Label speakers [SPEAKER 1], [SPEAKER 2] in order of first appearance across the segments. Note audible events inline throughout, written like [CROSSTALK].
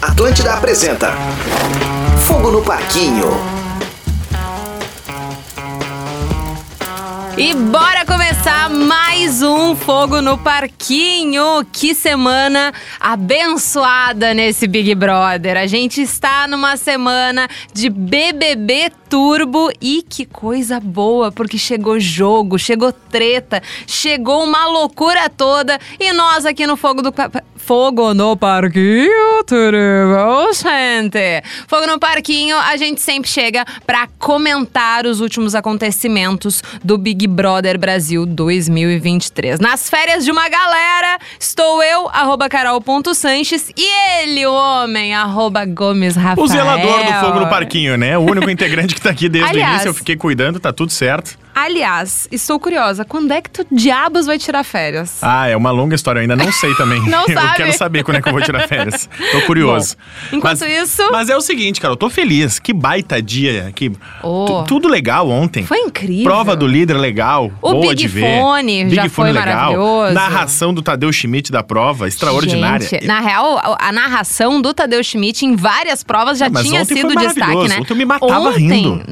[SPEAKER 1] Atlântida apresenta Fogo no Parquinho.
[SPEAKER 2] E bora começar mais um Fogo no Parquinho. Que semana abençoada nesse Big Brother. A gente está numa semana de BBB Turbo e que coisa boa, porque chegou jogo, chegou treta, chegou uma loucura toda e nós aqui no Fogo do Pa- Fogo no Parquinho, tudo gente? Fogo no Parquinho, a gente sempre chega para comentar os últimos acontecimentos do Big Brother Brasil 2023. Nas férias de uma galera, estou eu, arroba carol.sanches, e ele, o homem, arroba Gomes Rafael.
[SPEAKER 3] O zelador do fogo no parquinho, né? O único integrante que tá aqui desde
[SPEAKER 2] é, Aliás.
[SPEAKER 3] o início. Eu fiquei cuidando, tá tudo certo.
[SPEAKER 2] Aliás, estou curiosa, quando é que tu diabos vai tirar férias?
[SPEAKER 3] Ah, é uma longa história, eu ainda não sei também.
[SPEAKER 2] [LAUGHS] Não
[SPEAKER 3] eu
[SPEAKER 2] sabe.
[SPEAKER 3] quero saber quando é que eu vou tirar férias. Tô curioso.
[SPEAKER 2] Enquanto
[SPEAKER 3] Mas-
[SPEAKER 2] isso,
[SPEAKER 3] Mas é o seguinte, cara, eu tô feliz. Que baita dia. Que...
[SPEAKER 2] Oh.
[SPEAKER 3] tu- Tudo legal ontem.
[SPEAKER 2] foi incrível.
[SPEAKER 3] Prova do líder legal,
[SPEAKER 2] O
[SPEAKER 3] boa
[SPEAKER 2] Big
[SPEAKER 3] de ver.
[SPEAKER 2] Fone já foi maravilhoso.
[SPEAKER 3] Narração do Tadeu Schmidt da prova, extraordinária.
[SPEAKER 2] Gente, na real, a- a narração do Tadeu Schmidt em várias provas já
[SPEAKER 3] Ah, mas
[SPEAKER 2] tinha
[SPEAKER 3] ontem
[SPEAKER 2] sido
[SPEAKER 3] foi
[SPEAKER 2] destaque,
[SPEAKER 3] maravilhoso.
[SPEAKER 2] né?
[SPEAKER 3] Ontem eu me matava
[SPEAKER 2] Ontem,
[SPEAKER 3] rindo.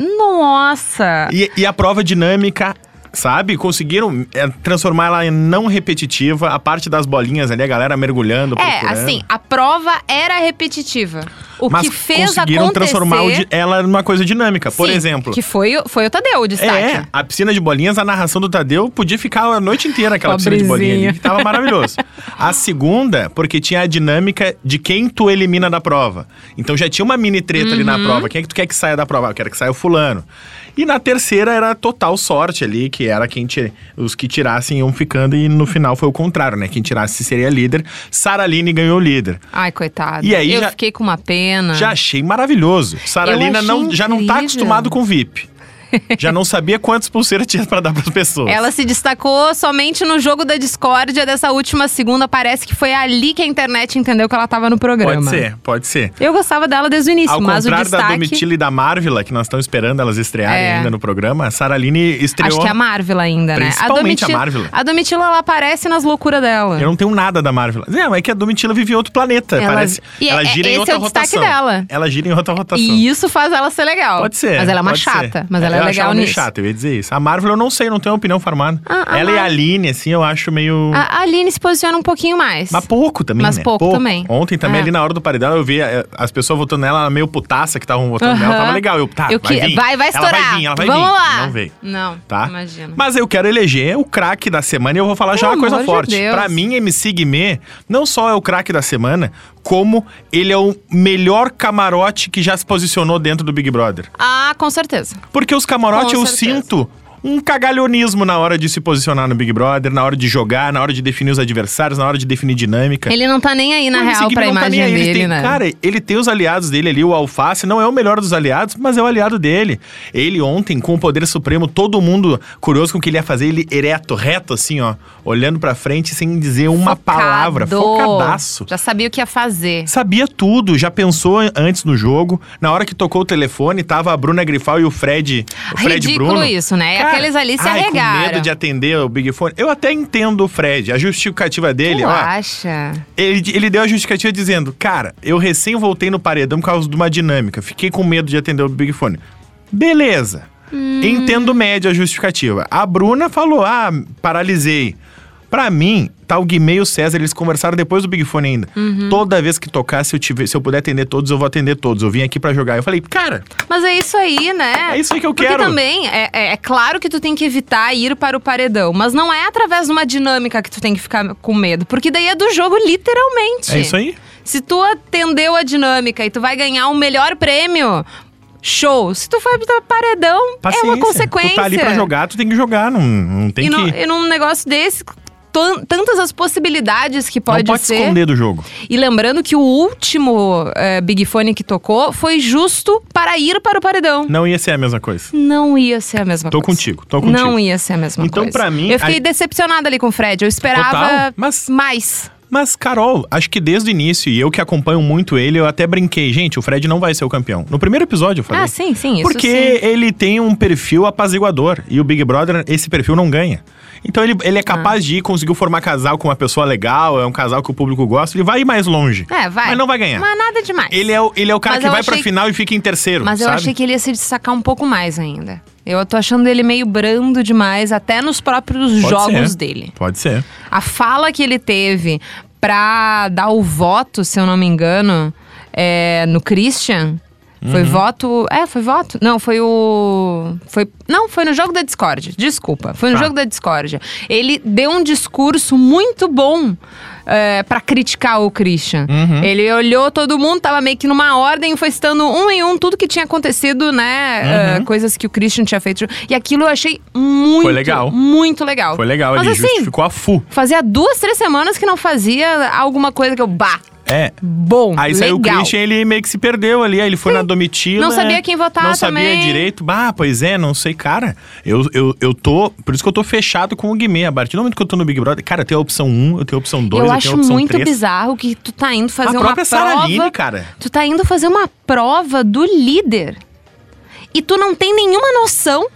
[SPEAKER 2] Nossa!
[SPEAKER 3] E, e a prova dinâmica, sabe? Conseguiram é, transformar ela em não repetitiva. A parte das bolinhas ali, a galera mergulhando,
[SPEAKER 2] É,
[SPEAKER 3] procurando.
[SPEAKER 2] assim, a prova era repetitiva. O
[SPEAKER 3] Mas
[SPEAKER 2] que fez
[SPEAKER 3] conseguiram
[SPEAKER 2] acontecer,
[SPEAKER 3] transformar o di- ela numa coisa dinâmica. Por
[SPEAKER 2] Sim,
[SPEAKER 3] exemplo...
[SPEAKER 2] Que foi, o- foi o Tadeu o destaque.
[SPEAKER 3] É, a piscina de bolinhas, a narração do Tadeu podia ficar a noite inteira aquela piscina de
[SPEAKER 2] Pobrezinho.
[SPEAKER 3] bolinha ali, que tava maravilhoso. A segunda, porque tinha a dinâmica de quem tu elimina da prova. Então já tinha uma mini treta ali
[SPEAKER 2] Uhum.
[SPEAKER 3] na prova. Quem é que tu quer que saia da prova? Eu quero que saia o fulano. E na terceira era total sorte ali, que era quem tira, os que tirassem iam ficando e no final foi o contrário, né? Quem tirasse seria líder. Saraline ganhou o líder.
[SPEAKER 2] Ai, coitado.
[SPEAKER 3] E aí
[SPEAKER 2] eu
[SPEAKER 3] já-
[SPEAKER 2] fiquei com uma pena.
[SPEAKER 3] Já achei maravilhoso. Saralina
[SPEAKER 2] Ah. achei
[SPEAKER 3] não, já não tá
[SPEAKER 2] incrível.
[SPEAKER 3] acostumado com VIP. Já não sabia quantas pulseiras tinha pra dar pras pessoas.
[SPEAKER 2] Ela se destacou somente no jogo da discórdia dessa última segunda. Parece que foi ali que a internet entendeu que ela tava no programa.
[SPEAKER 3] Pode ser, pode ser.
[SPEAKER 2] Eu gostava dela desde o início,
[SPEAKER 3] Ao
[SPEAKER 2] mas o
[SPEAKER 3] contrário da
[SPEAKER 2] destaque.
[SPEAKER 3] Domitila e da Marvila, que nós estamos esperando elas estrearem
[SPEAKER 2] É.
[SPEAKER 3] ainda no programa, a Saraline estreou.
[SPEAKER 2] Acho que é a Marvel ainda, né?
[SPEAKER 3] Principalmente a
[SPEAKER 2] Domitila-
[SPEAKER 3] Marvel.
[SPEAKER 2] A Domitila, ela aparece nas loucuras dela.
[SPEAKER 3] Eu não tenho nada da Marvila. Não, é que a Domitila vive em outro planeta.
[SPEAKER 2] Ela-
[SPEAKER 3] Parece.
[SPEAKER 2] e
[SPEAKER 3] ela
[SPEAKER 2] é-
[SPEAKER 3] gira
[SPEAKER 2] esse
[SPEAKER 3] em outra
[SPEAKER 2] é o destaque
[SPEAKER 3] rotação.
[SPEAKER 2] dela.
[SPEAKER 3] Ela gira em outra rotação.
[SPEAKER 2] E isso faz ela ser legal.
[SPEAKER 3] Pode ser.
[SPEAKER 2] Mas ela é uma
[SPEAKER 3] pode ser.
[SPEAKER 2] chata. Mas ela é
[SPEAKER 3] eu
[SPEAKER 2] legal
[SPEAKER 3] achava meio
[SPEAKER 2] nisso.
[SPEAKER 3] chata, eu ia dizer isso. A Marvel eu não sei, não tenho opinião formada.
[SPEAKER 2] Ah, a
[SPEAKER 3] ela e a
[SPEAKER 2] Mar-
[SPEAKER 3] Aline, assim, eu acho meio.
[SPEAKER 2] A a Aline se posiciona um pouquinho mais.
[SPEAKER 3] Mas pouco também,
[SPEAKER 2] Mas
[SPEAKER 3] né?
[SPEAKER 2] pouco também.
[SPEAKER 3] Ontem também,
[SPEAKER 2] É.
[SPEAKER 3] ali na hora do paredão, eu vi eh, as pessoas votando nela, ela meio putaça que estavam votando nela.
[SPEAKER 2] Aham.
[SPEAKER 3] Tava legal. Eu, tá,
[SPEAKER 2] Eu
[SPEAKER 3] vai,
[SPEAKER 2] que-
[SPEAKER 3] vir.
[SPEAKER 2] vai, vai estourar.
[SPEAKER 3] Ela vai vir, ela vai
[SPEAKER 2] Vamos
[SPEAKER 3] vir.
[SPEAKER 2] lá.
[SPEAKER 3] Não veio.
[SPEAKER 2] Não,
[SPEAKER 3] Tá?
[SPEAKER 2] imagina.
[SPEAKER 3] Mas eu quero eleger o craque da semana e eu vou falar já
[SPEAKER 2] Pelo
[SPEAKER 3] uma coisa
[SPEAKER 2] amor de
[SPEAKER 3] forte.
[SPEAKER 2] Deus.
[SPEAKER 3] Pra mim, MC Guimê não só é o craque da semana, como ele é o melhor camarote que já se posicionou dentro do Big Brother.
[SPEAKER 2] Ah, com certeza.
[SPEAKER 3] Porque os camarotes
[SPEAKER 2] Com
[SPEAKER 3] eu
[SPEAKER 2] certeza.
[SPEAKER 3] sinto um cagalhonismo na hora de se posicionar no Big Brother, na hora de jogar, na hora de definir os adversários, na hora de definir dinâmica.
[SPEAKER 2] Ele não tá nem aí, na
[SPEAKER 3] Não, esse
[SPEAKER 2] real,
[SPEAKER 3] Guimê
[SPEAKER 2] pra
[SPEAKER 3] não tá
[SPEAKER 2] imagem
[SPEAKER 3] nem aí, ele
[SPEAKER 2] dele,
[SPEAKER 3] tem-
[SPEAKER 2] né?
[SPEAKER 3] Cara, ele tem os aliados dele ali, o Alface, não é o melhor dos aliados, mas é o aliado dele. Ele ontem, com o poder supremo, todo mundo curioso com o que ele ia fazer, ele ereto, reto assim, ó, olhando pra frente sem dizer uma palavra,
[SPEAKER 2] Focado.
[SPEAKER 3] focadaço.
[SPEAKER 2] Já sabia o que ia fazer.
[SPEAKER 3] Sabia tudo, já pensou antes no jogo. Na hora que tocou o telefone, tava a Bruna Grifal e o Fred, o Fred
[SPEAKER 2] Ridículo
[SPEAKER 3] Bruno.
[SPEAKER 2] isso, né? Aqueles ali se
[SPEAKER 3] ai,
[SPEAKER 2] arregaram.
[SPEAKER 3] Com medo de atender o Big Fone. Eu até entendo o Fred, a justificativa dele,
[SPEAKER 2] Tu
[SPEAKER 3] ó,
[SPEAKER 2] acha?
[SPEAKER 3] ele, ele deu a justificativa dizendo: Cara, eu recém voltei no paredão por causa de uma dinâmica, fiquei com medo de atender o Big Fone. Beleza.
[SPEAKER 2] Hum.
[SPEAKER 3] Entendo média a justificativa. A Bruna falou: Ah, paralisei. Pra mim, tá o Guimê e o César, eles conversaram depois do Big Fone ainda.
[SPEAKER 2] Uhum.
[SPEAKER 3] Toda vez que tocar, se eu, tiver, se eu puder atender todos, eu vou atender todos. Eu vim aqui pra jogar. Eu falei, cara,
[SPEAKER 2] Mas é isso aí, né?
[SPEAKER 3] É isso aí que eu
[SPEAKER 2] Porque
[SPEAKER 3] quero.
[SPEAKER 2] também, é, é- é claro que tu tem que evitar ir para o paredão. Mas não é através de uma dinâmica que tu tem que ficar com medo. Porque daí é do jogo, literalmente.
[SPEAKER 3] é isso aí.
[SPEAKER 2] Se tu atendeu a dinâmica e tu vai ganhar o melhor prêmio, show. Se tu for pro paredão,
[SPEAKER 3] Paciência.
[SPEAKER 2] é uma consequência.
[SPEAKER 3] Tu tá ali pra jogar, tu tem que jogar. Não, não tem
[SPEAKER 2] e,
[SPEAKER 3] que.
[SPEAKER 2] no- e num negócio desse, tan- tantas as possibilidades que pode,
[SPEAKER 3] não pode
[SPEAKER 2] ser.
[SPEAKER 3] esconder do jogo.
[SPEAKER 2] E lembrando que o último eh, Big Fone que tocou foi justo para ir para o paredão.
[SPEAKER 3] Não ia ser a mesma coisa.
[SPEAKER 2] Não ia ser a mesma
[SPEAKER 3] Tô
[SPEAKER 2] coisa.
[SPEAKER 3] contigo, tô contigo.
[SPEAKER 2] Não ia ser a mesma
[SPEAKER 3] Então,
[SPEAKER 2] coisa.
[SPEAKER 3] pra mim,
[SPEAKER 2] Eu fiquei
[SPEAKER 3] a-
[SPEAKER 2] decepcionada ali com o Fred. Eu esperava
[SPEAKER 3] Total, mas-
[SPEAKER 2] mais.
[SPEAKER 3] Mas, Carol, acho que desde o início, e eu que acompanho muito ele, eu até brinquei. Gente, o Fred não vai ser o campeão. No primeiro episódio eu falei.
[SPEAKER 2] Ah, sim, sim, isso
[SPEAKER 3] Porque
[SPEAKER 2] sim.
[SPEAKER 3] ele tem um perfil apaziguador. E o Big Brother, esse perfil não ganha. Então ele,
[SPEAKER 2] Ah.
[SPEAKER 3] ele é capaz de ir, conseguiu formar casal com uma pessoa legal, é um casal que o público gosta, ele vai ir mais longe.
[SPEAKER 2] É, vai.
[SPEAKER 3] Mas não vai ganhar.
[SPEAKER 2] Mas nada demais.
[SPEAKER 3] Ele é o, ele é o cara
[SPEAKER 2] Mas
[SPEAKER 3] que
[SPEAKER 2] eu
[SPEAKER 3] vai pra
[SPEAKER 2] achei-
[SPEAKER 3] final e fica em terceiro.
[SPEAKER 2] Mas eu
[SPEAKER 3] sabe?
[SPEAKER 2] achei que ele ia se destacar um pouco mais ainda. Eu tô achando ele meio brando demais, até nos próprios
[SPEAKER 3] Pode
[SPEAKER 2] jogos
[SPEAKER 3] ser.
[SPEAKER 2] dele.
[SPEAKER 3] Pode ser.
[SPEAKER 2] A fala que ele teve pra dar o voto, se eu não me engano, é, no Christian. Foi
[SPEAKER 3] Uhum.
[SPEAKER 2] voto. É, foi voto? Não, foi o. Foi, não, foi no jogo da Discord. Desculpa. Foi no
[SPEAKER 3] Tá.
[SPEAKER 2] jogo da Discord. Ele deu um discurso muito bom é, para criticar o Christian.
[SPEAKER 3] Uhum.
[SPEAKER 2] Ele olhou todo mundo, tava meio que numa ordem, foi citando um em um tudo que tinha acontecido, né?
[SPEAKER 3] Uhum.
[SPEAKER 2] é, coisas que o Christian tinha feito. E aquilo eu achei muito.
[SPEAKER 3] legal.
[SPEAKER 2] Muito legal.
[SPEAKER 3] Foi legal,
[SPEAKER 2] Mas
[SPEAKER 3] ele
[SPEAKER 2] assim,
[SPEAKER 3] justificou a FU.
[SPEAKER 2] Fazia duas, três semanas que não fazia alguma coisa que eu. Bah!
[SPEAKER 3] É.
[SPEAKER 2] Bom,
[SPEAKER 3] Aí saiu
[SPEAKER 2] legal.
[SPEAKER 3] o Christian, ele meio que se perdeu ali. Aí ele foi na domitila. né?
[SPEAKER 2] Não sabia quem votar
[SPEAKER 3] Não sabia
[SPEAKER 2] também.
[SPEAKER 3] direito. Ah, pois é, não sei. Cara, eu, eu, eu tô... Por isso que eu tô fechado com o Guimê. A partir do momento que eu tô no Big Brother... Cara, eu tenho a opção 1, eu tenho a opção 2,
[SPEAKER 2] eu
[SPEAKER 3] eu,
[SPEAKER 2] acho
[SPEAKER 3] tenho a opção
[SPEAKER 2] muito
[SPEAKER 3] 3.
[SPEAKER 2] bizarro que tu tá indo fazer
[SPEAKER 3] a
[SPEAKER 2] uma
[SPEAKER 3] própria Sara
[SPEAKER 2] prova.
[SPEAKER 3] Aline, cara.
[SPEAKER 2] Tu tá indo fazer uma prova do líder. E tu não tem nenhuma noção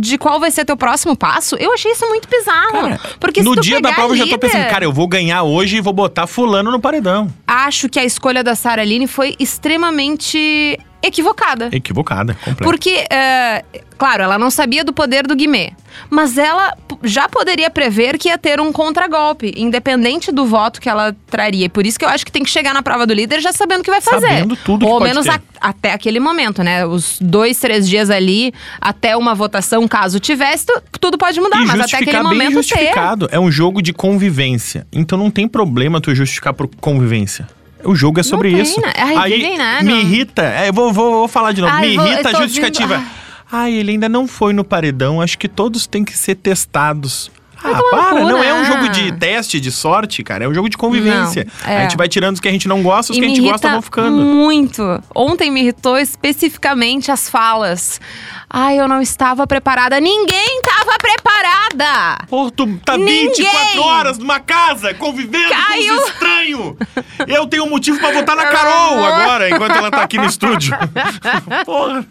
[SPEAKER 2] de qual vai ser teu próximo passo. Eu achei isso muito bizarro.
[SPEAKER 3] Cara,
[SPEAKER 2] porque se
[SPEAKER 3] no
[SPEAKER 2] tu
[SPEAKER 3] dia
[SPEAKER 2] pegar
[SPEAKER 3] da prova eu já tô
[SPEAKER 2] líder,
[SPEAKER 3] pensando, cara, eu vou ganhar hoje e vou botar fulano no paredão.
[SPEAKER 2] Acho que a escolha da Sara Aline foi extremamente equivocada.
[SPEAKER 3] Equivocada, completa.
[SPEAKER 2] Porque, é, claro, ela não sabia do poder do Guimê. Mas ela p- já poderia prever que ia ter um contragolpe, independente do voto que ela traria. E por isso que eu acho que tem que chegar na prova do líder já sabendo o que vai fazer.
[SPEAKER 3] Sabendo tudo que
[SPEAKER 2] Ou
[SPEAKER 3] pode
[SPEAKER 2] menos
[SPEAKER 3] ter.
[SPEAKER 2] a- até aquele momento, né? Os dois, três dias ali, até uma votação, caso tivesse, tu- tudo pode mudar.
[SPEAKER 3] e
[SPEAKER 2] mas até
[SPEAKER 3] justificar
[SPEAKER 2] aquele
[SPEAKER 3] bem
[SPEAKER 2] momento ter.
[SPEAKER 3] justificado. É um jogo de convivência. Então não tem problema tu justificar por convivência. O jogo é sobre
[SPEAKER 2] tem,
[SPEAKER 3] isso.
[SPEAKER 2] né? Ai,
[SPEAKER 3] Aí
[SPEAKER 2] ninguém, né?
[SPEAKER 3] me
[SPEAKER 2] Não-
[SPEAKER 3] irrita. é, eu vou, vou, vou falar de novo.
[SPEAKER 2] Ai,
[SPEAKER 3] me
[SPEAKER 2] vou- eu
[SPEAKER 3] irrita a
[SPEAKER 2] tô
[SPEAKER 3] justificativa.
[SPEAKER 2] ouvindo- Ah.
[SPEAKER 3] Ai, ele ainda não foi no paredão. Acho que todos têm que ser testados.
[SPEAKER 2] tomar
[SPEAKER 3] Ah,
[SPEAKER 2] no
[SPEAKER 3] para,
[SPEAKER 2] cu,
[SPEAKER 3] não
[SPEAKER 2] né?
[SPEAKER 3] é um jogo de teste, de sorte, cara. É um jogo de convivência.
[SPEAKER 2] Não, é.
[SPEAKER 3] A gente vai tirando os que a gente não gosta, os
[SPEAKER 2] E
[SPEAKER 3] que a
[SPEAKER 2] me
[SPEAKER 3] gente gosta
[SPEAKER 2] irrita
[SPEAKER 3] vão ficando.
[SPEAKER 2] Muito. Ontem me irritou especificamente as falas. Ai, eu não estava preparada. Ninguém estava preparada!
[SPEAKER 3] Pô, tu tá
[SPEAKER 2] Ninguém.
[SPEAKER 3] 24 horas numa casa, convivendo
[SPEAKER 2] Caio.
[SPEAKER 3] com uns estranhos. Eu tenho um motivo pra votar na Carol agora, enquanto ela tá aqui no
[SPEAKER 2] [LAUGHS]
[SPEAKER 3] estúdio. Porra.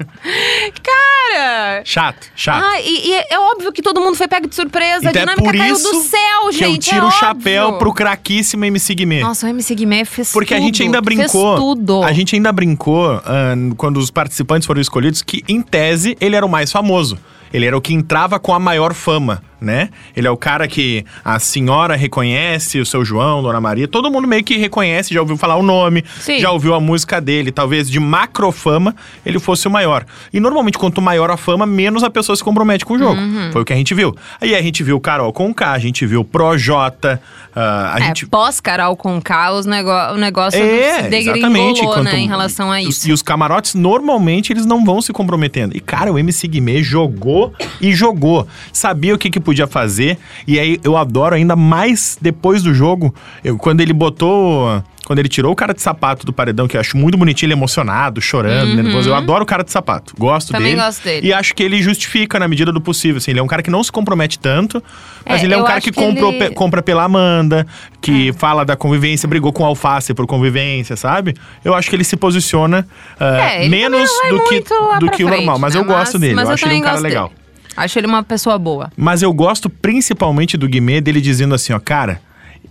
[SPEAKER 2] Cara!
[SPEAKER 3] Chato, chato.
[SPEAKER 2] Ah, e, e é óbvio que todo mundo foi pego de surpresa. a
[SPEAKER 3] então é
[SPEAKER 2] dinâmica
[SPEAKER 3] por
[SPEAKER 2] caiu
[SPEAKER 3] isso
[SPEAKER 2] do céu,
[SPEAKER 3] que eu
[SPEAKER 2] gente.
[SPEAKER 3] tiro
[SPEAKER 2] é
[SPEAKER 3] o chapéu
[SPEAKER 2] óbvio.
[SPEAKER 3] pro craquíssimo MC Guimê.
[SPEAKER 2] Nossa, o MC Guimê fez
[SPEAKER 3] Porque a gente
[SPEAKER 2] tudo,
[SPEAKER 3] ainda brincou.
[SPEAKER 2] Fez tudo.
[SPEAKER 3] A gente ainda brincou ah, quando os participantes foram escolhidos que, em tese, ele era o mais famoso. Ele era o que entrava com a maior fama, né? Ele é o cara que a senhora reconhece, o seu João, Dona Maria, todo mundo meio que reconhece, já ouviu falar o nome,
[SPEAKER 2] Sim.
[SPEAKER 3] já ouviu a música dele. Talvez de macrofama ele fosse o maior. E normalmente, quanto maior a fama, menos a pessoa se compromete com o jogo.
[SPEAKER 2] Uhum.
[SPEAKER 3] Foi o que a gente viu. Aí a gente viu o Carol com K, a gente viu o Projota, ah, a
[SPEAKER 2] é,
[SPEAKER 3] gente
[SPEAKER 2] pós-Carol com K, os nego- o negócio se degringolou, né,
[SPEAKER 3] É, quanto-
[SPEAKER 2] em relação a
[SPEAKER 3] e os-
[SPEAKER 2] isso.
[SPEAKER 3] E os camarotes, normalmente, eles não vão se comprometendo. E, cara, o MC Guimê jogou e jogou. Sabia o que, que podia fazer. E aí, eu adoro ainda mais depois do jogo, eu- quando ele botou... Quando ele tirou o cara de sapato do paredão, que eu acho muito bonitinho, ele emocionado, chorando, nervoso. Eu adoro o cara de sapato. Gosto
[SPEAKER 2] Uhum. Também
[SPEAKER 3] dele.
[SPEAKER 2] gosto dele.
[SPEAKER 3] E acho que ele justifica na medida do possível. Assim, ele é um cara que não se compromete tanto, mas
[SPEAKER 2] É,
[SPEAKER 3] ele é um
[SPEAKER 2] eu
[SPEAKER 3] cara
[SPEAKER 2] acho
[SPEAKER 3] que,
[SPEAKER 2] que
[SPEAKER 3] comprou,
[SPEAKER 2] ele- É.
[SPEAKER 3] pe- compra pela Amanda, que fala da convivência, brigou com o Alface por convivência, sabe? Eu acho que ele se posiciona ah,
[SPEAKER 2] É, ele
[SPEAKER 3] menos
[SPEAKER 2] também não
[SPEAKER 3] do
[SPEAKER 2] vai
[SPEAKER 3] que,
[SPEAKER 2] muito lá
[SPEAKER 3] do
[SPEAKER 2] pra
[SPEAKER 3] que o
[SPEAKER 2] frente,
[SPEAKER 3] normal, mas
[SPEAKER 2] né?
[SPEAKER 3] eu gosto dele,
[SPEAKER 2] mas
[SPEAKER 3] eu acho ele
[SPEAKER 2] também
[SPEAKER 3] um cara
[SPEAKER 2] gosto dele.
[SPEAKER 3] legal.
[SPEAKER 2] Acho ele uma pessoa boa. [LAUGHS]
[SPEAKER 3] Mas eu gosto principalmente do Guimê dele dizendo assim, ó, cara,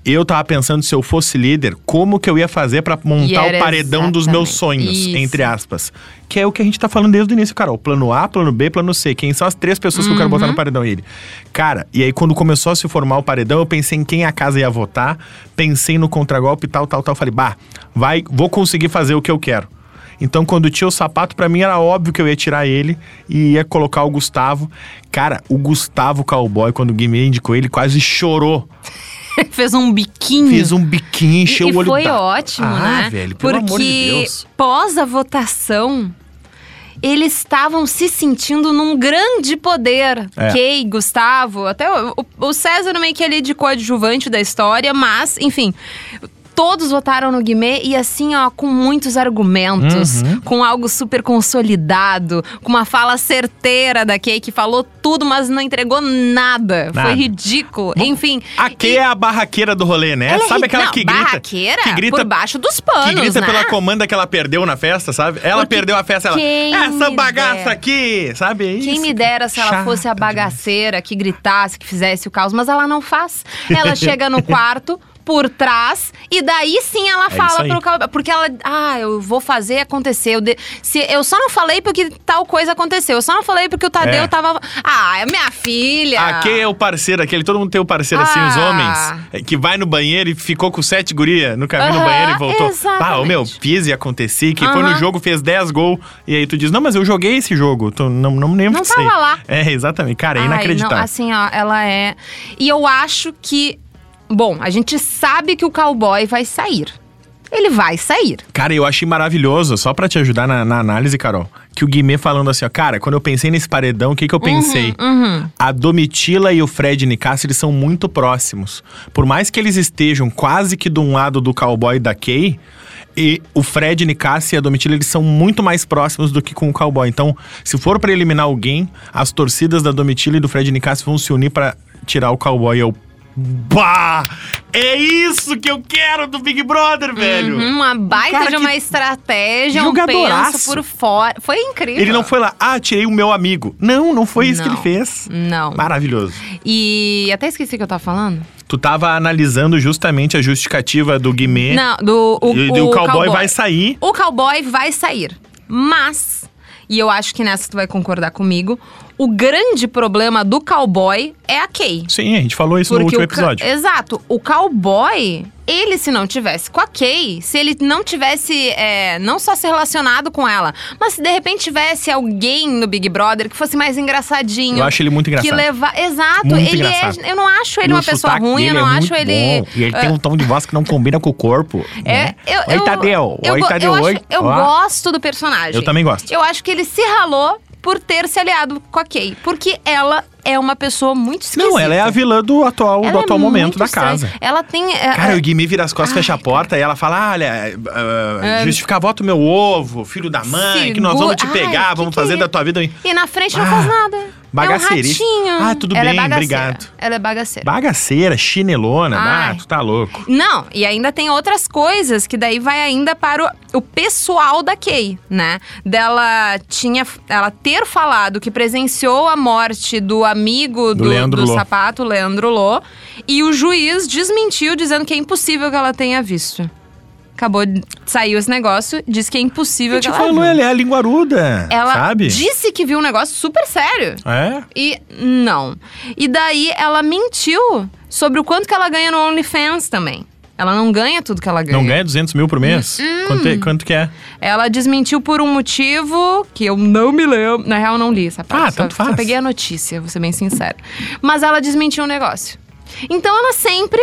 [SPEAKER 3] eu tava pensando se eu fosse líder, como que eu ia fazer pra
[SPEAKER 2] E
[SPEAKER 3] montar
[SPEAKER 2] era
[SPEAKER 3] o paredão dos meus
[SPEAKER 2] exatamente
[SPEAKER 3] sonhos,
[SPEAKER 2] isso.
[SPEAKER 3] entre aspas. Que é o que a gente tá falando desde o início, cara. O plano A, plano B, plano C. Quem são as três pessoas que eu quero
[SPEAKER 2] Uhum.
[SPEAKER 3] botar no paredão? E ele. Cara, e aí quando começou a se formar o paredão, eu pensei em quem a casa ia votar, pensei no contragolpe e tal, tal, tal. Falei, bah, vai, vou conseguir fazer o que eu quero. Então, quando tinha o sapato, pra mim era óbvio que eu ia tirar ele e ia colocar o Gustavo. Cara, o Gustavo Cowboy, quando o Guimê indicou ele, quase chorou.
[SPEAKER 2] Fez um biquinho.
[SPEAKER 3] Fez um biquinho, encheu
[SPEAKER 2] e
[SPEAKER 3] o olho
[SPEAKER 2] foi
[SPEAKER 3] da...
[SPEAKER 2] ótimo,
[SPEAKER 3] ah,
[SPEAKER 2] né?
[SPEAKER 3] velho, pelo
[SPEAKER 2] Porque
[SPEAKER 3] amor de Deus.
[SPEAKER 2] pós a votação, eles estavam se sentindo num grande poder.
[SPEAKER 3] É.
[SPEAKER 2] Kay, Gustavo, até o, o- o César meio que ele é de coadjuvante da história, mas, enfim. Todos votaram no Guimê e assim, ó, com muitos argumentos,
[SPEAKER 3] Uhum.
[SPEAKER 2] com algo super consolidado, com uma fala certeira da Kay que falou tudo, mas não entregou nada.
[SPEAKER 3] Nada.
[SPEAKER 2] Foi ridículo. Enfim.
[SPEAKER 3] A Kay é a barraqueira do rolê, né?
[SPEAKER 2] ela é
[SPEAKER 3] Sabe
[SPEAKER 2] ri-
[SPEAKER 3] aquela
[SPEAKER 2] não,
[SPEAKER 3] que grita.
[SPEAKER 2] barraqueira
[SPEAKER 3] Que grita,
[SPEAKER 2] por baixo dos panos,
[SPEAKER 3] que grita
[SPEAKER 2] né?
[SPEAKER 3] pela comanda que ela perdeu na festa, sabe? Ela
[SPEAKER 2] Porque
[SPEAKER 3] perdeu a festa, ela.
[SPEAKER 2] quem
[SPEAKER 3] Essa
[SPEAKER 2] me
[SPEAKER 3] bagaça
[SPEAKER 2] dera."
[SPEAKER 3] aqui, sabe? É
[SPEAKER 2] Quem
[SPEAKER 3] isso,
[SPEAKER 2] me
[SPEAKER 3] cara.
[SPEAKER 2] dera se ela
[SPEAKER 3] Chata
[SPEAKER 2] fosse a bagaceira que gritasse, que fizesse o caos, mas ela não faz. Ela
[SPEAKER 3] [LAUGHS]
[SPEAKER 2] chega no quarto por trás e daí sim ela
[SPEAKER 3] É isso
[SPEAKER 2] fala
[SPEAKER 3] aí.
[SPEAKER 2] pro caos, porque ela, ah, eu vou fazer acontecer. Eu, de- se, eu só não falei porque tal coisa aconteceu. Eu só não falei porque o Tadeu
[SPEAKER 3] É.
[SPEAKER 2] tava, ah, é minha filha.
[SPEAKER 3] A Kay é o parceiro, aquele, todo mundo tem o parceiro assim, os
[SPEAKER 2] Ah.
[SPEAKER 3] homens, é, que vai no banheiro e ficou com sete guria no caminho do
[SPEAKER 2] Aham,
[SPEAKER 3] banheiro e voltou. Ah, o
[SPEAKER 2] exatamente.
[SPEAKER 3] meu, fiz e aconteci, que foi
[SPEAKER 2] Aham.
[SPEAKER 3] no jogo, fez 10 gols, e aí tu diz, não, mas eu joguei esse jogo, tu não, não me lembro
[SPEAKER 2] Não
[SPEAKER 3] disso aí.
[SPEAKER 2] tava lá.
[SPEAKER 3] É, exatamente, cara, é
[SPEAKER 2] Ai,
[SPEAKER 3] inacreditável.
[SPEAKER 2] não, assim, ó, ela é. E eu acho que. Bom, a gente sabe que o cowboy vai sair. Ele vai sair.
[SPEAKER 3] Cara, eu achei maravilhoso, só pra te ajudar na, na análise, Carol, que o Guimê falando assim, ó, cara, quando eu pensei nesse paredão, o que que eu pensei? A Domitila e o Fred Nicasso, eles são muito próximos. Por mais que eles estejam quase que de um lado do cowboy da Kay, e o Fred Nicasso e a Domitila, eles são muito mais próximos do que com o cowboy. Então, se for pra eliminar alguém, as torcidas da Domitila e do Fred Nicasso vão se unir pra tirar o cowboy. Eu, bah! É isso que eu quero do Big Brother, velho!
[SPEAKER 2] Uhum, uma baita
[SPEAKER 3] Um cara
[SPEAKER 2] de
[SPEAKER 3] que-
[SPEAKER 2] uma estratégia, um
[SPEAKER 3] Jogadoraço.
[SPEAKER 2] penso por fora. Foi incrível.
[SPEAKER 3] Ele não foi lá, ah, tirei o meu amigo. Não, não foi isso que ele
[SPEAKER 2] Então. Não.
[SPEAKER 3] fez.
[SPEAKER 2] Não.
[SPEAKER 3] Maravilhoso.
[SPEAKER 2] E até esqueci o que eu tava falando.
[SPEAKER 3] Tu tava analisando justamente a justificativa do Guimê.
[SPEAKER 2] Não, do o,
[SPEAKER 3] É. e, e o cowboy, vai sair.
[SPEAKER 2] O cowboy vai sair. Mas, e eu acho que nessa tu vai concordar comigo, o grande problema do cowboy é a Kay.
[SPEAKER 3] Sim, a gente falou isso no último
[SPEAKER 2] o ca-
[SPEAKER 3] episódio.
[SPEAKER 2] Exato. O cowboy, ele se não tivesse com a Kay, se ele não tivesse é, não só se relacionado com ela, mas se de repente tivesse alguém no Big Brother que fosse mais engraçadinho.
[SPEAKER 3] Eu acho ele
[SPEAKER 2] que
[SPEAKER 3] muito engraçado.
[SPEAKER 2] leva. Exato,
[SPEAKER 3] Muito
[SPEAKER 2] ele
[SPEAKER 3] engraçado.
[SPEAKER 2] é. Eu não acho ele
[SPEAKER 3] E o
[SPEAKER 2] uma pessoa
[SPEAKER 3] sotaque
[SPEAKER 2] ruim, eu
[SPEAKER 3] dele
[SPEAKER 2] não
[SPEAKER 3] é
[SPEAKER 2] acho
[SPEAKER 3] muito
[SPEAKER 2] ele.
[SPEAKER 3] bom. E ele tem um tom de voz que não combina com o corpo.
[SPEAKER 2] É,
[SPEAKER 3] né?
[SPEAKER 2] eu,
[SPEAKER 3] Oi,
[SPEAKER 2] eu,
[SPEAKER 3] Tadeu.
[SPEAKER 2] Eu,
[SPEAKER 3] Oi,
[SPEAKER 2] go-
[SPEAKER 3] Tadeu.
[SPEAKER 2] eu,
[SPEAKER 3] Oi.
[SPEAKER 2] acho- eu
[SPEAKER 3] Ó.
[SPEAKER 2] gosto do personagem.
[SPEAKER 3] Eu também gosto.
[SPEAKER 2] Eu acho que ele se ralou por ter se aliado com a Kay. Porque ela é uma pessoa muito esquisita.
[SPEAKER 3] Não, ela é a vilã do atual, do
[SPEAKER 2] Ela é
[SPEAKER 3] atual momento
[SPEAKER 2] muito
[SPEAKER 3] da
[SPEAKER 2] estranha.
[SPEAKER 3] casa.
[SPEAKER 2] Ela tem. é,
[SPEAKER 3] Cara,
[SPEAKER 2] é,
[SPEAKER 3] o Guimê vira as costas, fecha a porta e ela fala: olha,
[SPEAKER 2] É.
[SPEAKER 3] ah, justificar voto meu ovo, filho da mãe, que nós vamos te
[SPEAKER 2] Segura-
[SPEAKER 3] pegar,
[SPEAKER 2] Ai,
[SPEAKER 3] vamos
[SPEAKER 2] que que
[SPEAKER 3] fazer
[SPEAKER 2] é?
[SPEAKER 3] da tua vida. um-
[SPEAKER 2] E na frente não
[SPEAKER 3] Ah,
[SPEAKER 2] faz nada.
[SPEAKER 3] bagaceirista.
[SPEAKER 2] É um ratinho.
[SPEAKER 3] Ah, tudo
[SPEAKER 2] Ela
[SPEAKER 3] bem,
[SPEAKER 2] é bagaceira.
[SPEAKER 3] obrigado.
[SPEAKER 2] Ela é bagaceira.
[SPEAKER 3] Bagaceira, chinelona,
[SPEAKER 2] Ai.
[SPEAKER 3] ah, tu tá louco.
[SPEAKER 2] Não, e ainda tem outras coisas que daí vai ainda para o, o pessoal da Kay, né? Dela tinha ela ter falado que presenciou a morte do amigo
[SPEAKER 3] Do
[SPEAKER 2] do,
[SPEAKER 3] Leandro
[SPEAKER 2] do
[SPEAKER 3] Lô.
[SPEAKER 2] sapato, Leandro Lô, e o juiz desmentiu dizendo que é impossível que ela tenha visto. Acabou de saiu esse negócio, diz que é
[SPEAKER 3] A
[SPEAKER 2] impossível que
[SPEAKER 3] gente
[SPEAKER 2] ela
[SPEAKER 3] falou,
[SPEAKER 2] viu.
[SPEAKER 3] ela é a linguaruda,
[SPEAKER 2] Ela
[SPEAKER 3] sabe?
[SPEAKER 2] disse que viu um negócio super sério.
[SPEAKER 3] É?
[SPEAKER 2] E não. E daí ela mentiu sobre o quanto que ela ganha no OnlyFans também. Ela não ganha tudo que ela ganha.
[SPEAKER 3] Não ganha 200 mil por mês?
[SPEAKER 2] Hum.
[SPEAKER 3] Quanto, é- quanto que é?
[SPEAKER 2] Ela desmentiu por um motivo que eu não me lembro. Na real, eu não li essa parte.
[SPEAKER 3] Ah,
[SPEAKER 2] só,
[SPEAKER 3] tanto
[SPEAKER 2] só
[SPEAKER 3] faz.
[SPEAKER 2] peguei a notícia, vou ser bem sincera. Mas ela desmentiu o negócio. Então ela sempre.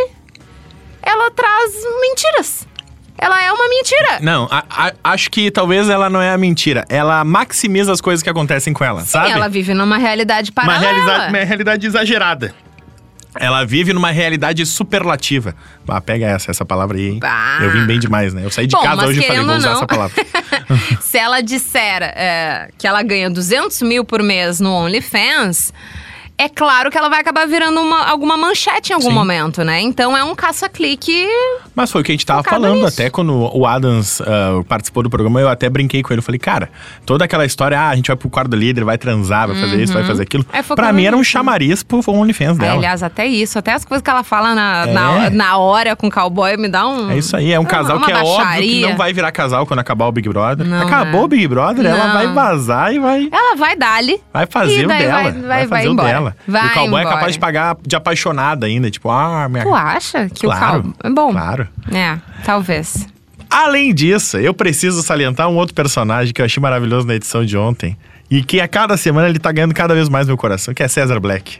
[SPEAKER 2] Ela traz mentiras. Ela é uma mentira.
[SPEAKER 3] Não, a- a- acho que talvez ela não é a mentira. Ela maximiza as coisas que acontecem com ela, sabe?
[SPEAKER 2] Ela vive numa realidade
[SPEAKER 3] uma,
[SPEAKER 2] paralela.
[SPEAKER 3] realidade, uma realidade exagerada. Ela vive numa realidade superlativa. Ah, pega essa, essa palavra aí, hein?
[SPEAKER 2] Bah.
[SPEAKER 3] Eu vim bem demais, né? Eu saí de
[SPEAKER 2] Bom,
[SPEAKER 3] casa
[SPEAKER 2] mas
[SPEAKER 3] hoje e falei,
[SPEAKER 2] querendo
[SPEAKER 3] vou usar
[SPEAKER 2] ou não.
[SPEAKER 3] essa palavra.
[SPEAKER 2] [LAUGHS] Se ela disser é, que ela ganha 200 mil por mês no OnlyFans, é claro que ela vai acabar virando uma- alguma manchete em algum
[SPEAKER 3] Sim.
[SPEAKER 2] momento, né? Então é um caça-clique.
[SPEAKER 3] Mas foi o que a gente tava
[SPEAKER 2] Focado
[SPEAKER 3] falando,
[SPEAKER 2] nisso.
[SPEAKER 3] até quando o Adams ah, participou do programa, eu até brinquei com ele. Eu falei, cara, toda aquela história, ah, a gente vai pro quarto do líder, vai transar, vai fazer isso, vai fazer aquilo.
[SPEAKER 2] É focado
[SPEAKER 3] pra mim era um
[SPEAKER 2] nisso, Ah, né?
[SPEAKER 3] chamariz pro OnlyFans dela.
[SPEAKER 2] É, Aliás, até isso, até as coisas que ela fala na, na,
[SPEAKER 3] É.
[SPEAKER 2] na hora com o cowboy me dá um.
[SPEAKER 3] É isso aí, é um
[SPEAKER 2] uma-
[SPEAKER 3] casal
[SPEAKER 2] uma
[SPEAKER 3] que é óbvio que
[SPEAKER 2] baixaria.
[SPEAKER 3] não vai virar casal quando acabar o Big Brother.
[SPEAKER 2] Não,
[SPEAKER 3] Acabou
[SPEAKER 2] né?
[SPEAKER 3] o Big Brother, ela
[SPEAKER 2] Não.
[SPEAKER 3] vai vazar e vai,
[SPEAKER 2] Ela vai dali.
[SPEAKER 3] vai fazer
[SPEAKER 2] E
[SPEAKER 3] o
[SPEAKER 2] daí
[SPEAKER 3] dela.
[SPEAKER 2] vai- vai-
[SPEAKER 3] fazer
[SPEAKER 2] vai
[SPEAKER 3] o
[SPEAKER 2] embora.
[SPEAKER 3] dela. e
[SPEAKER 2] Vai
[SPEAKER 3] o cowboy é
[SPEAKER 2] embora.
[SPEAKER 3] capaz de pagar de apaixonada ainda, tipo, ah, minha.
[SPEAKER 2] Tu acha que
[SPEAKER 3] Claro,
[SPEAKER 2] o cowboy. Bom.
[SPEAKER 3] claro.
[SPEAKER 2] É, talvez.
[SPEAKER 3] Além disso, eu preciso salientar um outro personagem que eu achei maravilhoso na edição de ontem. E que a cada semana ele tá ganhando cada vez mais meu coração, que é
[SPEAKER 2] [LAUGHS]
[SPEAKER 3] César Black.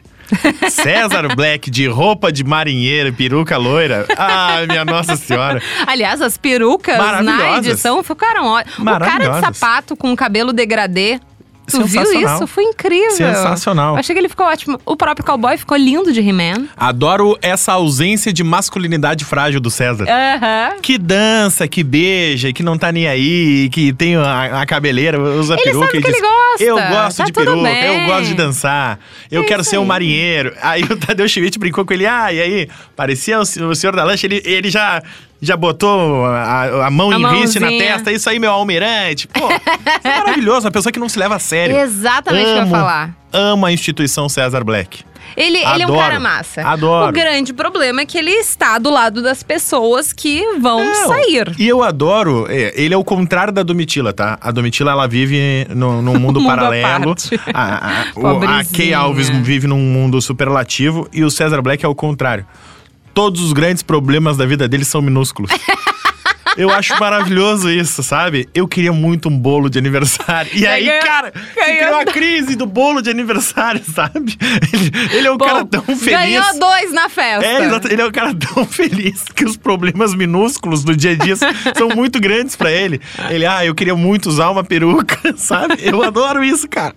[SPEAKER 3] César Black, de roupa de marinheiro, peruca loira. Ai, minha Nossa Senhora.
[SPEAKER 2] [LAUGHS] Aliás, as perucas na
[SPEAKER 3] Maravilhosas.
[SPEAKER 2] edição ficaram ótimas. O cara de
[SPEAKER 3] Maravilhosas.
[SPEAKER 2] sapato com cabelo degradê Tu viu
[SPEAKER 3] sensacional.
[SPEAKER 2] isso? Foi incrível.
[SPEAKER 3] Sensacional.
[SPEAKER 2] Achei que ele ficou ótimo. O próprio cowboy ficou lindo de He-Man.
[SPEAKER 3] Adoro essa ausência de masculinidade frágil do César.
[SPEAKER 2] É. Aham.
[SPEAKER 3] Que dança, que beija, que não tá nem aí, que tem a, a cabeleira, usa
[SPEAKER 2] Ele
[SPEAKER 3] peruca
[SPEAKER 2] sabe
[SPEAKER 3] e
[SPEAKER 2] que
[SPEAKER 3] diz,
[SPEAKER 2] ele gosta,
[SPEAKER 3] Eu gosto
[SPEAKER 2] tá
[SPEAKER 3] de
[SPEAKER 2] tudo
[SPEAKER 3] peruca,
[SPEAKER 2] bem."
[SPEAKER 3] eu gosto de dançar, eu
[SPEAKER 2] É
[SPEAKER 3] quero
[SPEAKER 2] isso
[SPEAKER 3] ser um
[SPEAKER 2] aí.
[SPEAKER 3] marinheiro. Aí o Tadeu Schmidt brincou com ele, ah, e aí? Parecia o, sen- o senhor da lancha, ele, ele já, já botou a, a mão
[SPEAKER 2] A
[SPEAKER 3] em riste na
[SPEAKER 2] mãozinha.
[SPEAKER 3] testa, isso aí, meu almirante.
[SPEAKER 2] [LAUGHS]
[SPEAKER 3] Pô, isso é maravilhoso, uma pessoa que não se leva a sério.
[SPEAKER 2] Exatamente o que eu ia
[SPEAKER 3] Amo,
[SPEAKER 2] falar.
[SPEAKER 3] Amo a instituição César Black.
[SPEAKER 2] Ele, ele é um
[SPEAKER 3] Adoro.
[SPEAKER 2] cara massa.
[SPEAKER 3] Adoro.
[SPEAKER 2] O grande problema é que ele está do lado das pessoas que vão
[SPEAKER 3] Não.
[SPEAKER 2] sair.
[SPEAKER 3] E eu adoro, é, ele é o contrário da Domitila, tá? A Domitila, ela vive no,
[SPEAKER 2] [LAUGHS]
[SPEAKER 3] num mundo,
[SPEAKER 2] Mundo à
[SPEAKER 3] paralelo.
[SPEAKER 2] parte.
[SPEAKER 3] A,
[SPEAKER 2] [LAUGHS]
[SPEAKER 3] a, o- a Kay
[SPEAKER 2] Pobrezinha.
[SPEAKER 3] Alves vive num mundo superlativo e o César Black é o contrário. Todos os grandes problemas da vida dele
[SPEAKER 2] [LAUGHS]
[SPEAKER 3] são minúsculos. Eu acho maravilhoso isso, sabe? Eu queria muito um bolo de aniversário. E aí,
[SPEAKER 2] Ganhando-
[SPEAKER 3] cara,
[SPEAKER 2] ganhando.
[SPEAKER 3] criou a crise do bolo de aniversário, [LAUGHS] sabe? Ele, ele é um
[SPEAKER 2] Bom,
[SPEAKER 3] cara tão feliz.
[SPEAKER 2] Ganhou dois na festa.
[SPEAKER 3] É, exato. Ele é um cara [LAUGHS] tão feliz que os problemas minúsculos do dia a
[SPEAKER 2] [LAUGHS]
[SPEAKER 3] dia são muito grandes pra ele. Ele, ah, eu queria muito usar uma peruca, [LAUGHS] sabe? Eu adoro isso, cara.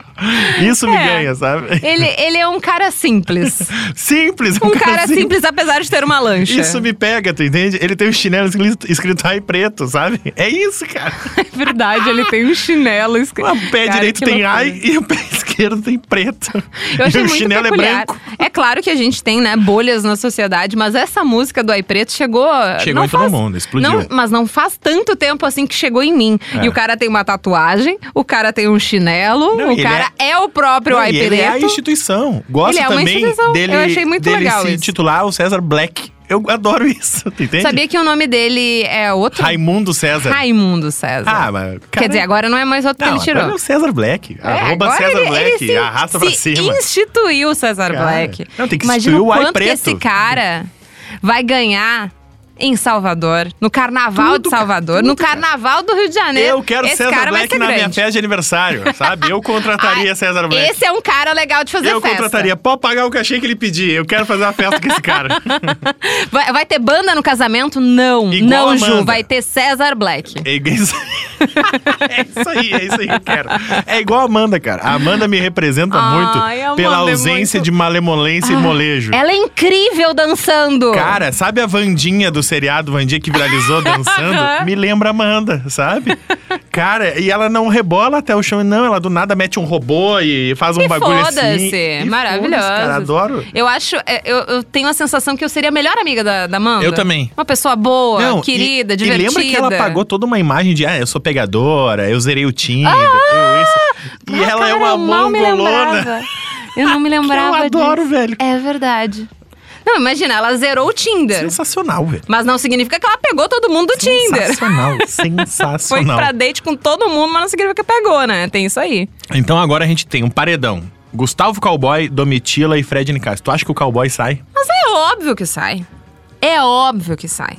[SPEAKER 3] Isso me
[SPEAKER 2] É.
[SPEAKER 3] ganha, sabe?
[SPEAKER 2] Ele, ele é um cara simples.
[SPEAKER 3] [LAUGHS] Simples, [LAUGHS]
[SPEAKER 2] Um cara simples, apesar de ter uma lancha.
[SPEAKER 3] Isso me pega, tu entende? Ele tem um chinelo escrito, escrito ai preto, sabe? É isso,
[SPEAKER 2] [LAUGHS]
[SPEAKER 3] cara.
[SPEAKER 2] [LAUGHS] É verdade, ele tem um chinelo escrito.
[SPEAKER 3] O pé direito tem ai e o pé [LAUGHS] esquerdo tem preto.
[SPEAKER 2] Eu achei
[SPEAKER 3] e [LAUGHS] o
[SPEAKER 2] muito
[SPEAKER 3] chinelo
[SPEAKER 2] peculiar.
[SPEAKER 3] é branco.
[SPEAKER 2] É claro que a gente tem, né, bolhas na sociedade, mas essa música do Ai Preto chegou.
[SPEAKER 3] Chegou
[SPEAKER 2] não
[SPEAKER 3] em todo
[SPEAKER 2] faz-
[SPEAKER 3] mundo, explodiu.
[SPEAKER 2] não- mas não faz tanto tempo assim que chegou em mim.
[SPEAKER 3] É.
[SPEAKER 2] E o cara tem uma tatuagem, o cara tem um chinelo,
[SPEAKER 3] Não,
[SPEAKER 2] o
[SPEAKER 3] ele
[SPEAKER 2] cara é... o próprio
[SPEAKER 3] Não,
[SPEAKER 2] Ai
[SPEAKER 3] e ele é a
[SPEAKER 2] Preto.
[SPEAKER 3] instituição. Gosto
[SPEAKER 2] Ele é uma
[SPEAKER 3] também
[SPEAKER 2] instituição.
[SPEAKER 3] dele,
[SPEAKER 2] Eu achei muito
[SPEAKER 3] dele
[SPEAKER 2] legal
[SPEAKER 3] se
[SPEAKER 2] isso.
[SPEAKER 3] titular o César Black. Eu adoro [LAUGHS] isso, tu entende?
[SPEAKER 2] Sabia que o nome dele é outro?
[SPEAKER 3] Raimundo César.
[SPEAKER 2] Raimundo César.
[SPEAKER 3] Ah, mas, cara,
[SPEAKER 2] Quer dizer, agora não é mais outro
[SPEAKER 3] não,
[SPEAKER 2] que ele tirou.
[SPEAKER 3] agora é o César Black.
[SPEAKER 2] É,
[SPEAKER 3] Arroba
[SPEAKER 2] agora
[SPEAKER 3] César
[SPEAKER 2] ele-
[SPEAKER 3] Black,
[SPEAKER 2] ele se-
[SPEAKER 3] arrasta pra
[SPEAKER 2] se
[SPEAKER 3] cima.
[SPEAKER 2] instituiu o César
[SPEAKER 3] Cara,
[SPEAKER 2] Black.
[SPEAKER 3] não, tem que
[SPEAKER 2] Imagina
[SPEAKER 3] instituir o
[SPEAKER 2] o
[SPEAKER 3] Ai
[SPEAKER 2] quanto que
[SPEAKER 3] Preto.
[SPEAKER 2] esse cara vai ganhar em Salvador, no Carnaval
[SPEAKER 3] Tudo,
[SPEAKER 2] de Salvador,
[SPEAKER 3] cara,
[SPEAKER 2] no Carnaval do Rio de Janeiro.
[SPEAKER 3] Eu quero
[SPEAKER 2] né? esse
[SPEAKER 3] César
[SPEAKER 2] cara vai
[SPEAKER 3] Black
[SPEAKER 2] ser
[SPEAKER 3] na minha
[SPEAKER 2] grande.
[SPEAKER 3] festa de aniversário, sabe? Eu
[SPEAKER 2] [LAUGHS]
[SPEAKER 3] contrataria
[SPEAKER 2] Ai,
[SPEAKER 3] César Black.
[SPEAKER 2] Esse é um cara legal de fazer
[SPEAKER 3] eu
[SPEAKER 2] festa.
[SPEAKER 3] contrataria. Pode pagar o cachê que ele pedir. Eu quero fazer uma festa com esse cara.
[SPEAKER 2] [LAUGHS] Vai, vai ter banda no casamento? Não.
[SPEAKER 3] Igual
[SPEAKER 2] não,
[SPEAKER 3] Amanda.
[SPEAKER 2] Ju. Vai ter César Black.
[SPEAKER 3] É isso [LAUGHS] é isso aí, é isso aí que eu quero. É igual a Amanda, cara. A Amanda me representa
[SPEAKER 2] Ai,
[SPEAKER 3] muito
[SPEAKER 2] Amanda
[SPEAKER 3] pela
[SPEAKER 2] é
[SPEAKER 3] ausência
[SPEAKER 2] muito-
[SPEAKER 3] de malemolência e molejo.
[SPEAKER 2] Ela é incrível dançando.
[SPEAKER 3] Cara, sabe a Vandinha do seriado Vandinha
[SPEAKER 2] [LAUGHS]
[SPEAKER 3] que viralizou dançando? Me lembra a Amanda, sabe? Cara, e ela não rebola até o chão, não. Ela do nada mete um robô e faz um
[SPEAKER 2] E
[SPEAKER 3] bagulho assim.
[SPEAKER 2] foda-se.
[SPEAKER 3] E
[SPEAKER 2] Maravilhosa.
[SPEAKER 3] foda-se, Cara, adoro.
[SPEAKER 2] Eu acho, é, eu, eu tenho a sensação que eu seria a melhor amiga da, da Amanda.
[SPEAKER 3] Eu também.
[SPEAKER 2] Uma pessoa boa,
[SPEAKER 3] Não, e-
[SPEAKER 2] querida,
[SPEAKER 3] e,
[SPEAKER 2] divertida.
[SPEAKER 3] lembra que ela pagou toda uma imagem de, ah, eu sou pegadora, eu zerei o Tinder, eu isso. E
[SPEAKER 2] Ah,
[SPEAKER 3] ela é
[SPEAKER 2] cara,
[SPEAKER 3] uma
[SPEAKER 2] eu mal me
[SPEAKER 3] mongolona.
[SPEAKER 2] lembrava. Eu
[SPEAKER 3] [LAUGHS]
[SPEAKER 2] não me lembrava
[SPEAKER 3] eu adoro,
[SPEAKER 2] disso.
[SPEAKER 3] velho.
[SPEAKER 2] É verdade. Não, imagina, ela zerou o Tinder.
[SPEAKER 3] Sensacional,
[SPEAKER 2] [LAUGHS]
[SPEAKER 3] velho.
[SPEAKER 2] Mas não significa que ela pegou todo mundo do Tinder.
[SPEAKER 3] Sensacional,
[SPEAKER 2] [LAUGHS] Foi
[SPEAKER 3] sensacional.
[SPEAKER 2] pra date com todo mundo, mas não significa que pegou, né? Tem isso aí.
[SPEAKER 3] Então agora a gente tem um paredão. Gustavo Cowboy, Domitila e Fred Nicásio. Tu acha que o Cowboy sai?
[SPEAKER 2] Mas é óbvio que sai. É óbvio que sai.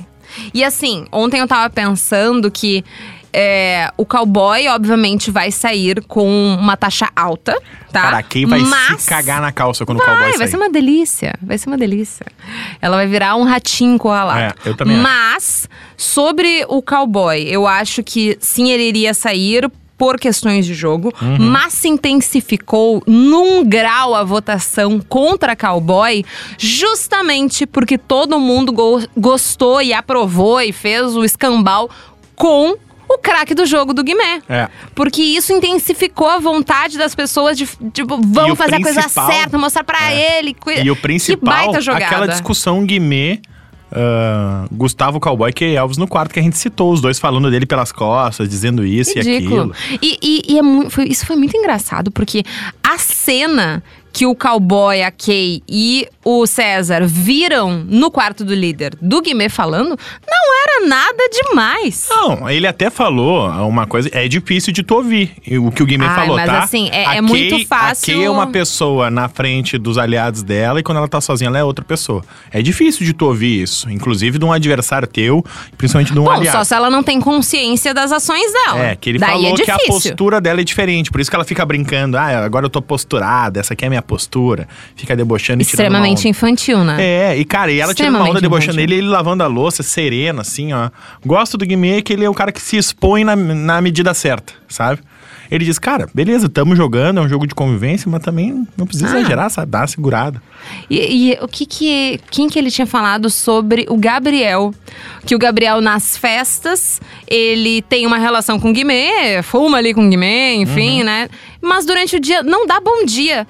[SPEAKER 2] E assim, ontem eu tava pensando que é, o cowboy, obviamente, vai sair com uma taxa alta, tá?
[SPEAKER 3] Cara, quem vai
[SPEAKER 2] Mas
[SPEAKER 3] se cagar na calça quando o
[SPEAKER 2] Vai,
[SPEAKER 3] Cowboy
[SPEAKER 2] vai
[SPEAKER 3] sair?
[SPEAKER 2] ser uma delícia. Vai ser uma delícia. Ela vai virar um ratinho coalado.
[SPEAKER 3] É, eu também acho.
[SPEAKER 2] Mas, sobre o cowboy, eu acho que sim, ele iria sair por questões de jogo,
[SPEAKER 3] Uhum.
[SPEAKER 2] mas se intensificou num grau a votação contra cowboy, justamente porque todo mundo go- gostou e aprovou e fez o escambau com o craque do jogo do Guimé.
[SPEAKER 3] É.
[SPEAKER 2] Porque isso intensificou a vontade das pessoas de, tipo,
[SPEAKER 3] E o
[SPEAKER 2] vamos fazer a coisa
[SPEAKER 3] principal- É.
[SPEAKER 2] certa, mostrar pra ele. que-
[SPEAKER 3] E o
[SPEAKER 2] É, Que
[SPEAKER 3] principal,
[SPEAKER 2] baita jogada.
[SPEAKER 3] aquela discussão Guimê, ah, Gustavo Cowboy que Alves no quarto, que a gente citou, os dois falando dele pelas costas, dizendo isso
[SPEAKER 2] Ridículo.
[SPEAKER 3] e aquilo.
[SPEAKER 2] E, e- e é mu- foi- isso foi muito engraçado, porque a cena que o cowboy, a Kay e o César viram no quarto do líder do Guimê falando, não era nada demais.
[SPEAKER 3] Não, ele até falou uma coisa, é difícil de tu ouvir o que o Guimê
[SPEAKER 2] Ai,
[SPEAKER 3] falou,
[SPEAKER 2] mas
[SPEAKER 3] tá?
[SPEAKER 2] assim, é-
[SPEAKER 3] A
[SPEAKER 2] é muito fácil-
[SPEAKER 3] A Kay é uma pessoa na frente dos aliados dela e quando ela tá sozinha ela é outra pessoa. É difícil de tu ouvir isso, inclusive de um adversário teu, principalmente de um
[SPEAKER 2] Bom,
[SPEAKER 3] aliado.
[SPEAKER 2] só se ela não tem consciência das ações dela.
[SPEAKER 3] É, que ele
[SPEAKER 2] Daí
[SPEAKER 3] falou
[SPEAKER 2] é
[SPEAKER 3] que a
[SPEAKER 2] difícil.
[SPEAKER 3] postura dela é diferente, por isso que ela fica brincando. Ah, agora eu tô posturada, essa aqui é a minha minha postura, fica debochando e tirando uma
[SPEAKER 2] Extremamente
[SPEAKER 3] onda.
[SPEAKER 2] infantil, né?
[SPEAKER 3] É, e cara, e ela tirando uma onda
[SPEAKER 2] Extremamente
[SPEAKER 3] debochando
[SPEAKER 2] infantil.
[SPEAKER 3] ele, ele lavando a louça, sereno, assim, ó. Gosto do Guimê que ele é o cara que se expõe na, na medida certa, sabe? Ele diz, cara, beleza, estamos jogando, é um jogo de convivência, mas também não precisa
[SPEAKER 2] Ah.
[SPEAKER 3] exagerar, sabe? Dá uma segurada.
[SPEAKER 2] E, e o que que. Quem que ele tinha falado sobre o Gabriel? Que o Gabriel, nas festas, ele tem uma relação com o Guimê, fuma ali com o Guimê,
[SPEAKER 3] Uhum.
[SPEAKER 2] enfim, né? Mas durante o dia não dá bom dia.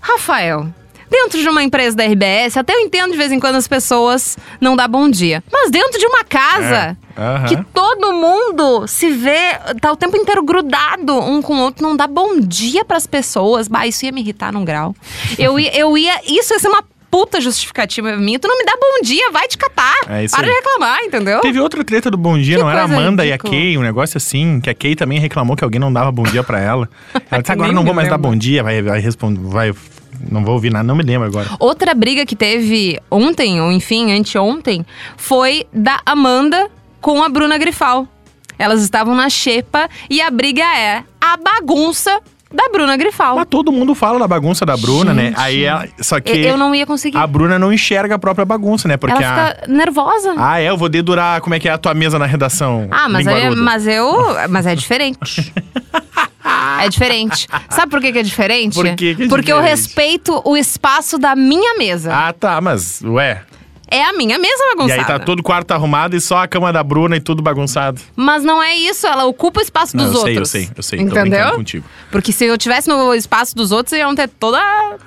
[SPEAKER 2] Rafael. Dentro de uma empresa da RBS, até eu entendo de vez em quando as pessoas não dá bom dia. Mas dentro de uma casa
[SPEAKER 3] É, aham.
[SPEAKER 2] que todo mundo se vê, tá o tempo inteiro grudado um com o outro, não dá bom dia pras pessoas. Bah, isso ia me irritar num grau. Eu ia, eu ia isso ia ser uma puta justificativa minha. Tu não me dá bom dia, vai te catar.
[SPEAKER 3] É isso
[SPEAKER 2] Para
[SPEAKER 3] aí.
[SPEAKER 2] de reclamar, entendeu?
[SPEAKER 3] Teve outra treta do Bom Dia,
[SPEAKER 2] Oh. Que
[SPEAKER 3] não era a
[SPEAKER 2] coisa
[SPEAKER 3] Amanda
[SPEAKER 2] ridícula.
[SPEAKER 3] e a Kay, um negócio assim, que a Kay também reclamou que alguém não dava bom dia
[SPEAKER 2] [LAUGHS]
[SPEAKER 3] pra ela. Ela disse, agora
[SPEAKER 2] Nem
[SPEAKER 3] não vou
[SPEAKER 2] me
[SPEAKER 3] mais dar
[SPEAKER 2] lembro.
[SPEAKER 3] bom dia, vai, vai responder, vai, não vou ouvir nada, não me lembro agora.
[SPEAKER 2] Outra briga que teve ontem, ou enfim, anteontem, foi da Amanda com a Bruna Grifal. Elas estavam na xepa e a briga é a bagunça da Bruna Grifal.
[SPEAKER 3] Mas todo mundo fala da bagunça da Bruna, né?
[SPEAKER 2] Gente.
[SPEAKER 3] Aí ela, só que
[SPEAKER 2] Eu não ia conseguir.
[SPEAKER 3] a Bruna não enxerga a própria bagunça, né? Ah, Porque
[SPEAKER 2] Ela fica nervosa.
[SPEAKER 3] a Ah, é, eu vou dedurar como é que é a tua mesa na redação.
[SPEAKER 2] Ah, mas, aí-
[SPEAKER 3] linguaruda.
[SPEAKER 2] mas eu. Mas é diferente. É diferente. Sabe por que, que é diferente?
[SPEAKER 3] Por que que é
[SPEAKER 2] Porque eu
[SPEAKER 3] diferente?
[SPEAKER 2] respeito o espaço da minha mesa.
[SPEAKER 3] Ah, tá, mas ué.
[SPEAKER 2] É a minha mesa
[SPEAKER 3] E
[SPEAKER 2] bagunçada.
[SPEAKER 3] aí tá todo quarto arrumado e só a cama da Bruna e tudo bagunçado.
[SPEAKER 2] Mas não é isso, ela ocupa o espaço
[SPEAKER 3] Não,
[SPEAKER 2] dos
[SPEAKER 3] eu sei, eu
[SPEAKER 2] outros.
[SPEAKER 3] sei, eu sei, tô
[SPEAKER 2] Entendeu?
[SPEAKER 3] brincando contigo.
[SPEAKER 2] Porque se eu tivesse no espaço dos outros, iam ter toda,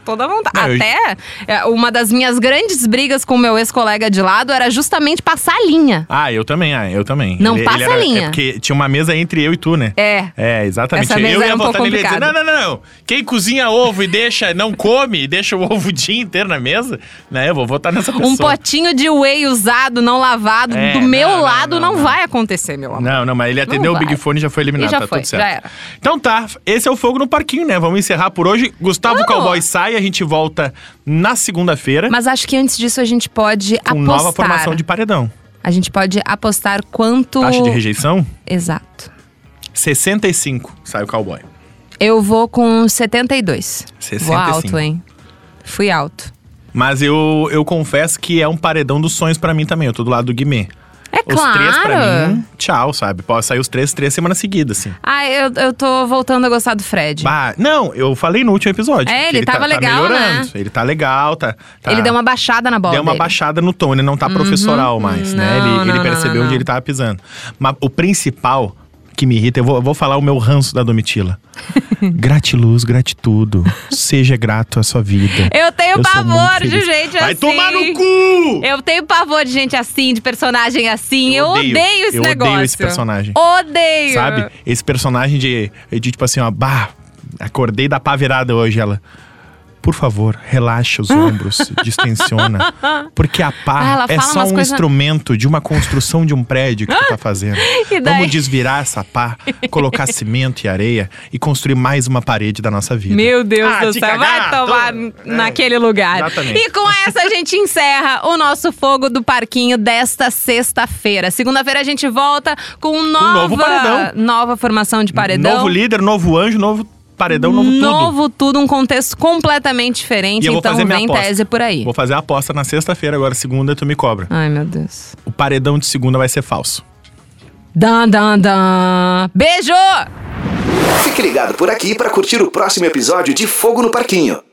[SPEAKER 2] toda a vontade.
[SPEAKER 3] Não, eu-
[SPEAKER 2] Até é, uma das minhas grandes brigas com o meu ex-colega de lado era justamente passar a linha.
[SPEAKER 3] Ah, eu também, ah, eu também.
[SPEAKER 2] Não passa a linha.
[SPEAKER 3] É porque tinha uma mesa entre eu e tu, né?
[SPEAKER 2] É.
[SPEAKER 3] É, exatamente.
[SPEAKER 2] Essa mesa
[SPEAKER 3] eu
[SPEAKER 2] era um
[SPEAKER 3] ia voltar
[SPEAKER 2] pouco
[SPEAKER 3] nele e dizer, não,
[SPEAKER 2] complicada.
[SPEAKER 3] não, não, não. Quem cozinha ovo e deixa, não come, e deixa o ovo o dia inteiro na mesa, né? Eu vou votar nessa pessoa.
[SPEAKER 2] Um potinho de whey usado, não lavado,
[SPEAKER 3] É,
[SPEAKER 2] do
[SPEAKER 3] não,
[SPEAKER 2] meu
[SPEAKER 3] não,
[SPEAKER 2] lado
[SPEAKER 3] não,
[SPEAKER 2] não,
[SPEAKER 3] não.
[SPEAKER 2] vai acontecer, meu amor.
[SPEAKER 3] Não, não, mas ele atendeu o
[SPEAKER 2] vai.
[SPEAKER 3] Big Fone e já foi eliminado,
[SPEAKER 2] E já
[SPEAKER 3] tá
[SPEAKER 2] foi,
[SPEAKER 3] tudo certo.
[SPEAKER 2] já era.
[SPEAKER 3] Então tá, esse é o Fogo no Parquinho, né? Vamos encerrar por hoje. Gustavo
[SPEAKER 2] Vamos!
[SPEAKER 3] Cowboy sai, a gente volta na segunda-feira
[SPEAKER 2] Mas acho que antes disso a gente pode
[SPEAKER 3] com
[SPEAKER 2] apostar.
[SPEAKER 3] nova formação de paredão.
[SPEAKER 2] A gente pode apostar quanto.
[SPEAKER 3] Taxa de rejeição?
[SPEAKER 2] Exato.
[SPEAKER 3] 65, sai o Cowboy.
[SPEAKER 2] Eu vou com 72.
[SPEAKER 3] 65.
[SPEAKER 2] Vou alto, hein? Fui alto.
[SPEAKER 3] Mas eu, eu confesso que é um paredão dos sonhos pra mim também, eu tô do lado do Guimê.
[SPEAKER 2] É
[SPEAKER 3] Os
[SPEAKER 2] claro.
[SPEAKER 3] três pra mim, tchau, sabe? Pode sair os três, três semanas seguidas, assim.
[SPEAKER 2] Ah, eu, eu tô voltando a gostar do Fred.
[SPEAKER 3] Bah, não, eu falei no último episódio.
[SPEAKER 2] É,
[SPEAKER 3] que tá,
[SPEAKER 2] ele tava legal, né?
[SPEAKER 3] melhorando. Ele tá legal, tá. tá-
[SPEAKER 2] Ele deu uma baixada na bola.
[SPEAKER 3] Deu uma
[SPEAKER 2] dele. Uhum,
[SPEAKER 3] baixada no tom, ele não tá professoral mais, né?
[SPEAKER 2] Não,
[SPEAKER 3] Ele, ele
[SPEAKER 2] não, não,
[SPEAKER 3] percebeu
[SPEAKER 2] não, não.
[SPEAKER 3] onde ele tava pisando. Mas o principal que me irrita, eu vou, eu vou falar o meu ranço
[SPEAKER 2] [LAUGHS]
[SPEAKER 3] da Domitila. Gratiluz, gratitudo. Seja grato à sua vida.
[SPEAKER 2] Eu tenho
[SPEAKER 3] sou
[SPEAKER 2] pavor
[SPEAKER 3] muito
[SPEAKER 2] de
[SPEAKER 3] feliz.
[SPEAKER 2] gente
[SPEAKER 3] Vai
[SPEAKER 2] assim.
[SPEAKER 3] tomar no cu!
[SPEAKER 2] Eu tenho pavor de gente assim, de personagem assim. Eu,
[SPEAKER 3] Eu odeio,
[SPEAKER 2] esse
[SPEAKER 3] eu odeio
[SPEAKER 2] negócio.
[SPEAKER 3] esse personagem.
[SPEAKER 2] Odeio.
[SPEAKER 3] Sabe?
[SPEAKER 2] é.
[SPEAKER 3] Esse personagem de, de tipo assim, ó, bah, acordei da pá virada hoje, ela. Por favor,
[SPEAKER 2] [LAUGHS]
[SPEAKER 3] relaxa os ombros, distensiona. Porque a
[SPEAKER 2] Ah,
[SPEAKER 3] pá
[SPEAKER 2] ela
[SPEAKER 3] é
[SPEAKER 2] fala
[SPEAKER 3] só
[SPEAKER 2] umas
[SPEAKER 3] um
[SPEAKER 2] coisa-
[SPEAKER 3] instrumento de uma construção de um prédio que tu tá fazendo.
[SPEAKER 2] [LAUGHS] E daí?
[SPEAKER 3] Vamos desvirar essa pá,
[SPEAKER 2] [LAUGHS]
[SPEAKER 3] colocar cimento e areia e construir mais uma parede da nossa vida.
[SPEAKER 2] Meu Deus
[SPEAKER 3] Ah,
[SPEAKER 2] do
[SPEAKER 3] te
[SPEAKER 2] céu, vai
[SPEAKER 3] cagar,
[SPEAKER 2] tomar
[SPEAKER 3] toma. É,
[SPEAKER 2] naquele lugar.
[SPEAKER 3] exatamente.
[SPEAKER 2] E com essa a gente encerra o nosso fogo do parquinho desta sexta-feira. Segunda-feira a gente volta com nova
[SPEAKER 3] Um novo paredão.
[SPEAKER 2] nova formação de paredão.
[SPEAKER 3] Novo líder, novo anjo, novo paredão, novo, tudo.
[SPEAKER 2] Novo tudo, um contexto completamente diferente.
[SPEAKER 3] E eu vou
[SPEAKER 2] então
[SPEAKER 3] fazer minha
[SPEAKER 2] vem
[SPEAKER 3] aposta.
[SPEAKER 2] tese por aí.
[SPEAKER 3] Vou fazer a aposta na sexta-feira, agora segunda tu me cobra.
[SPEAKER 2] Ai, meu Deus.
[SPEAKER 3] O paredão de segunda vai ser falso.
[SPEAKER 2] Dan, dan, dan. Beijo!
[SPEAKER 1] Fique ligado por aqui para curtir o próximo episódio de Fogo no Parquinho.